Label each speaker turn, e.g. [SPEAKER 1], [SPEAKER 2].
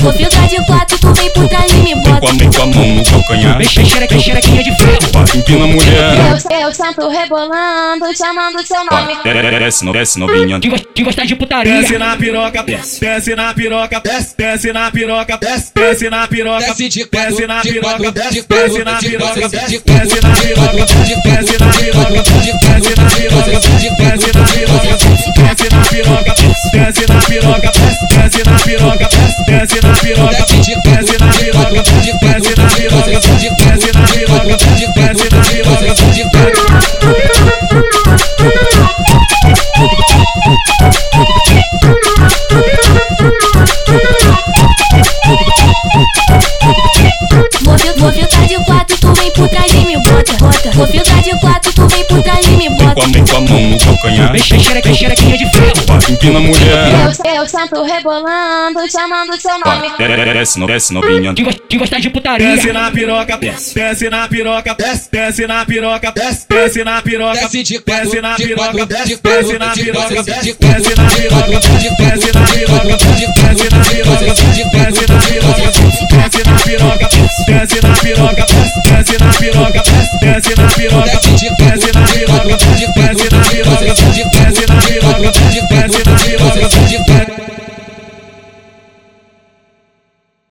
[SPEAKER 1] vou ficar de quatro, tu vem por trás e me
[SPEAKER 2] Vem com a,
[SPEAKER 1] bota.
[SPEAKER 2] vem com a mão no calcanhar.
[SPEAKER 3] Vem xerequinha, xerequinha de frango.
[SPEAKER 2] Vai, empina a mulher.
[SPEAKER 1] Eu, eu sento rebolando, chamando seu nome.
[SPEAKER 2] Vai, de- de- desce, no- desce novinha.
[SPEAKER 3] De, gos- de gostar de putaria.
[SPEAKER 4] Desce na piroca, desce na piroca,
[SPEAKER 5] Desce.
[SPEAKER 4] desce na piroca,
[SPEAKER 5] Desce.
[SPEAKER 4] desce na piroca,
[SPEAKER 5] Desce de quatro,
[SPEAKER 4] desce na
[SPEAKER 5] de
[SPEAKER 4] piroca,
[SPEAKER 5] quatro,
[SPEAKER 4] desce
[SPEAKER 5] desce,
[SPEAKER 4] na
[SPEAKER 5] desce,
[SPEAKER 4] piroca,
[SPEAKER 5] desce,
[SPEAKER 4] desce na piroca, desce na piroca, desce na piroca, desce na piroca, desce na piroca, desce na piroca, desce na piroca, desce na piroca, desce na piroca, desce na piroca, desce na piroca, desce na piroca, desce na piroca.
[SPEAKER 1] Vou, fi- vou ficar de quatro, tu vem por trás e me bota. bota. Vou ficar de quatro, tu vem por trás e me
[SPEAKER 2] Vem com
[SPEAKER 1] bota.
[SPEAKER 2] a, vem com a mão no calcanhar.
[SPEAKER 3] Vem xerequinha, xerequinha de frango.
[SPEAKER 2] Vai, empina a mulher.
[SPEAKER 1] Eu, eu sento rebolando, chamando seu
[SPEAKER 2] Vai,
[SPEAKER 1] nome.
[SPEAKER 2] de- de- desce, no- desce novinha.
[SPEAKER 3] De, gos- de gostar de putaria.
[SPEAKER 4] Desce na piroca, desce na piroca,
[SPEAKER 5] Desce.
[SPEAKER 4] desce na piroca,
[SPEAKER 5] Desce.
[SPEAKER 4] desce na piroca,
[SPEAKER 5] Desce de quatro,
[SPEAKER 4] desce na
[SPEAKER 5] de
[SPEAKER 4] piroca,
[SPEAKER 5] quatro,
[SPEAKER 4] desce
[SPEAKER 5] desce,
[SPEAKER 4] na
[SPEAKER 5] de
[SPEAKER 4] piroca,
[SPEAKER 5] quatro,
[SPEAKER 4] desce
[SPEAKER 5] desce,
[SPEAKER 4] na piroca,
[SPEAKER 5] de quatro,
[SPEAKER 4] desce na piroca,
[SPEAKER 5] de quatro,
[SPEAKER 4] desce na piroca,
[SPEAKER 5] de quatro,
[SPEAKER 4] desce na piroca, desce na piroca, desce na piroca, desce na piroca, desce na piroca, desce na piroca, desce na piroca, desce na piroca, desce na piroca,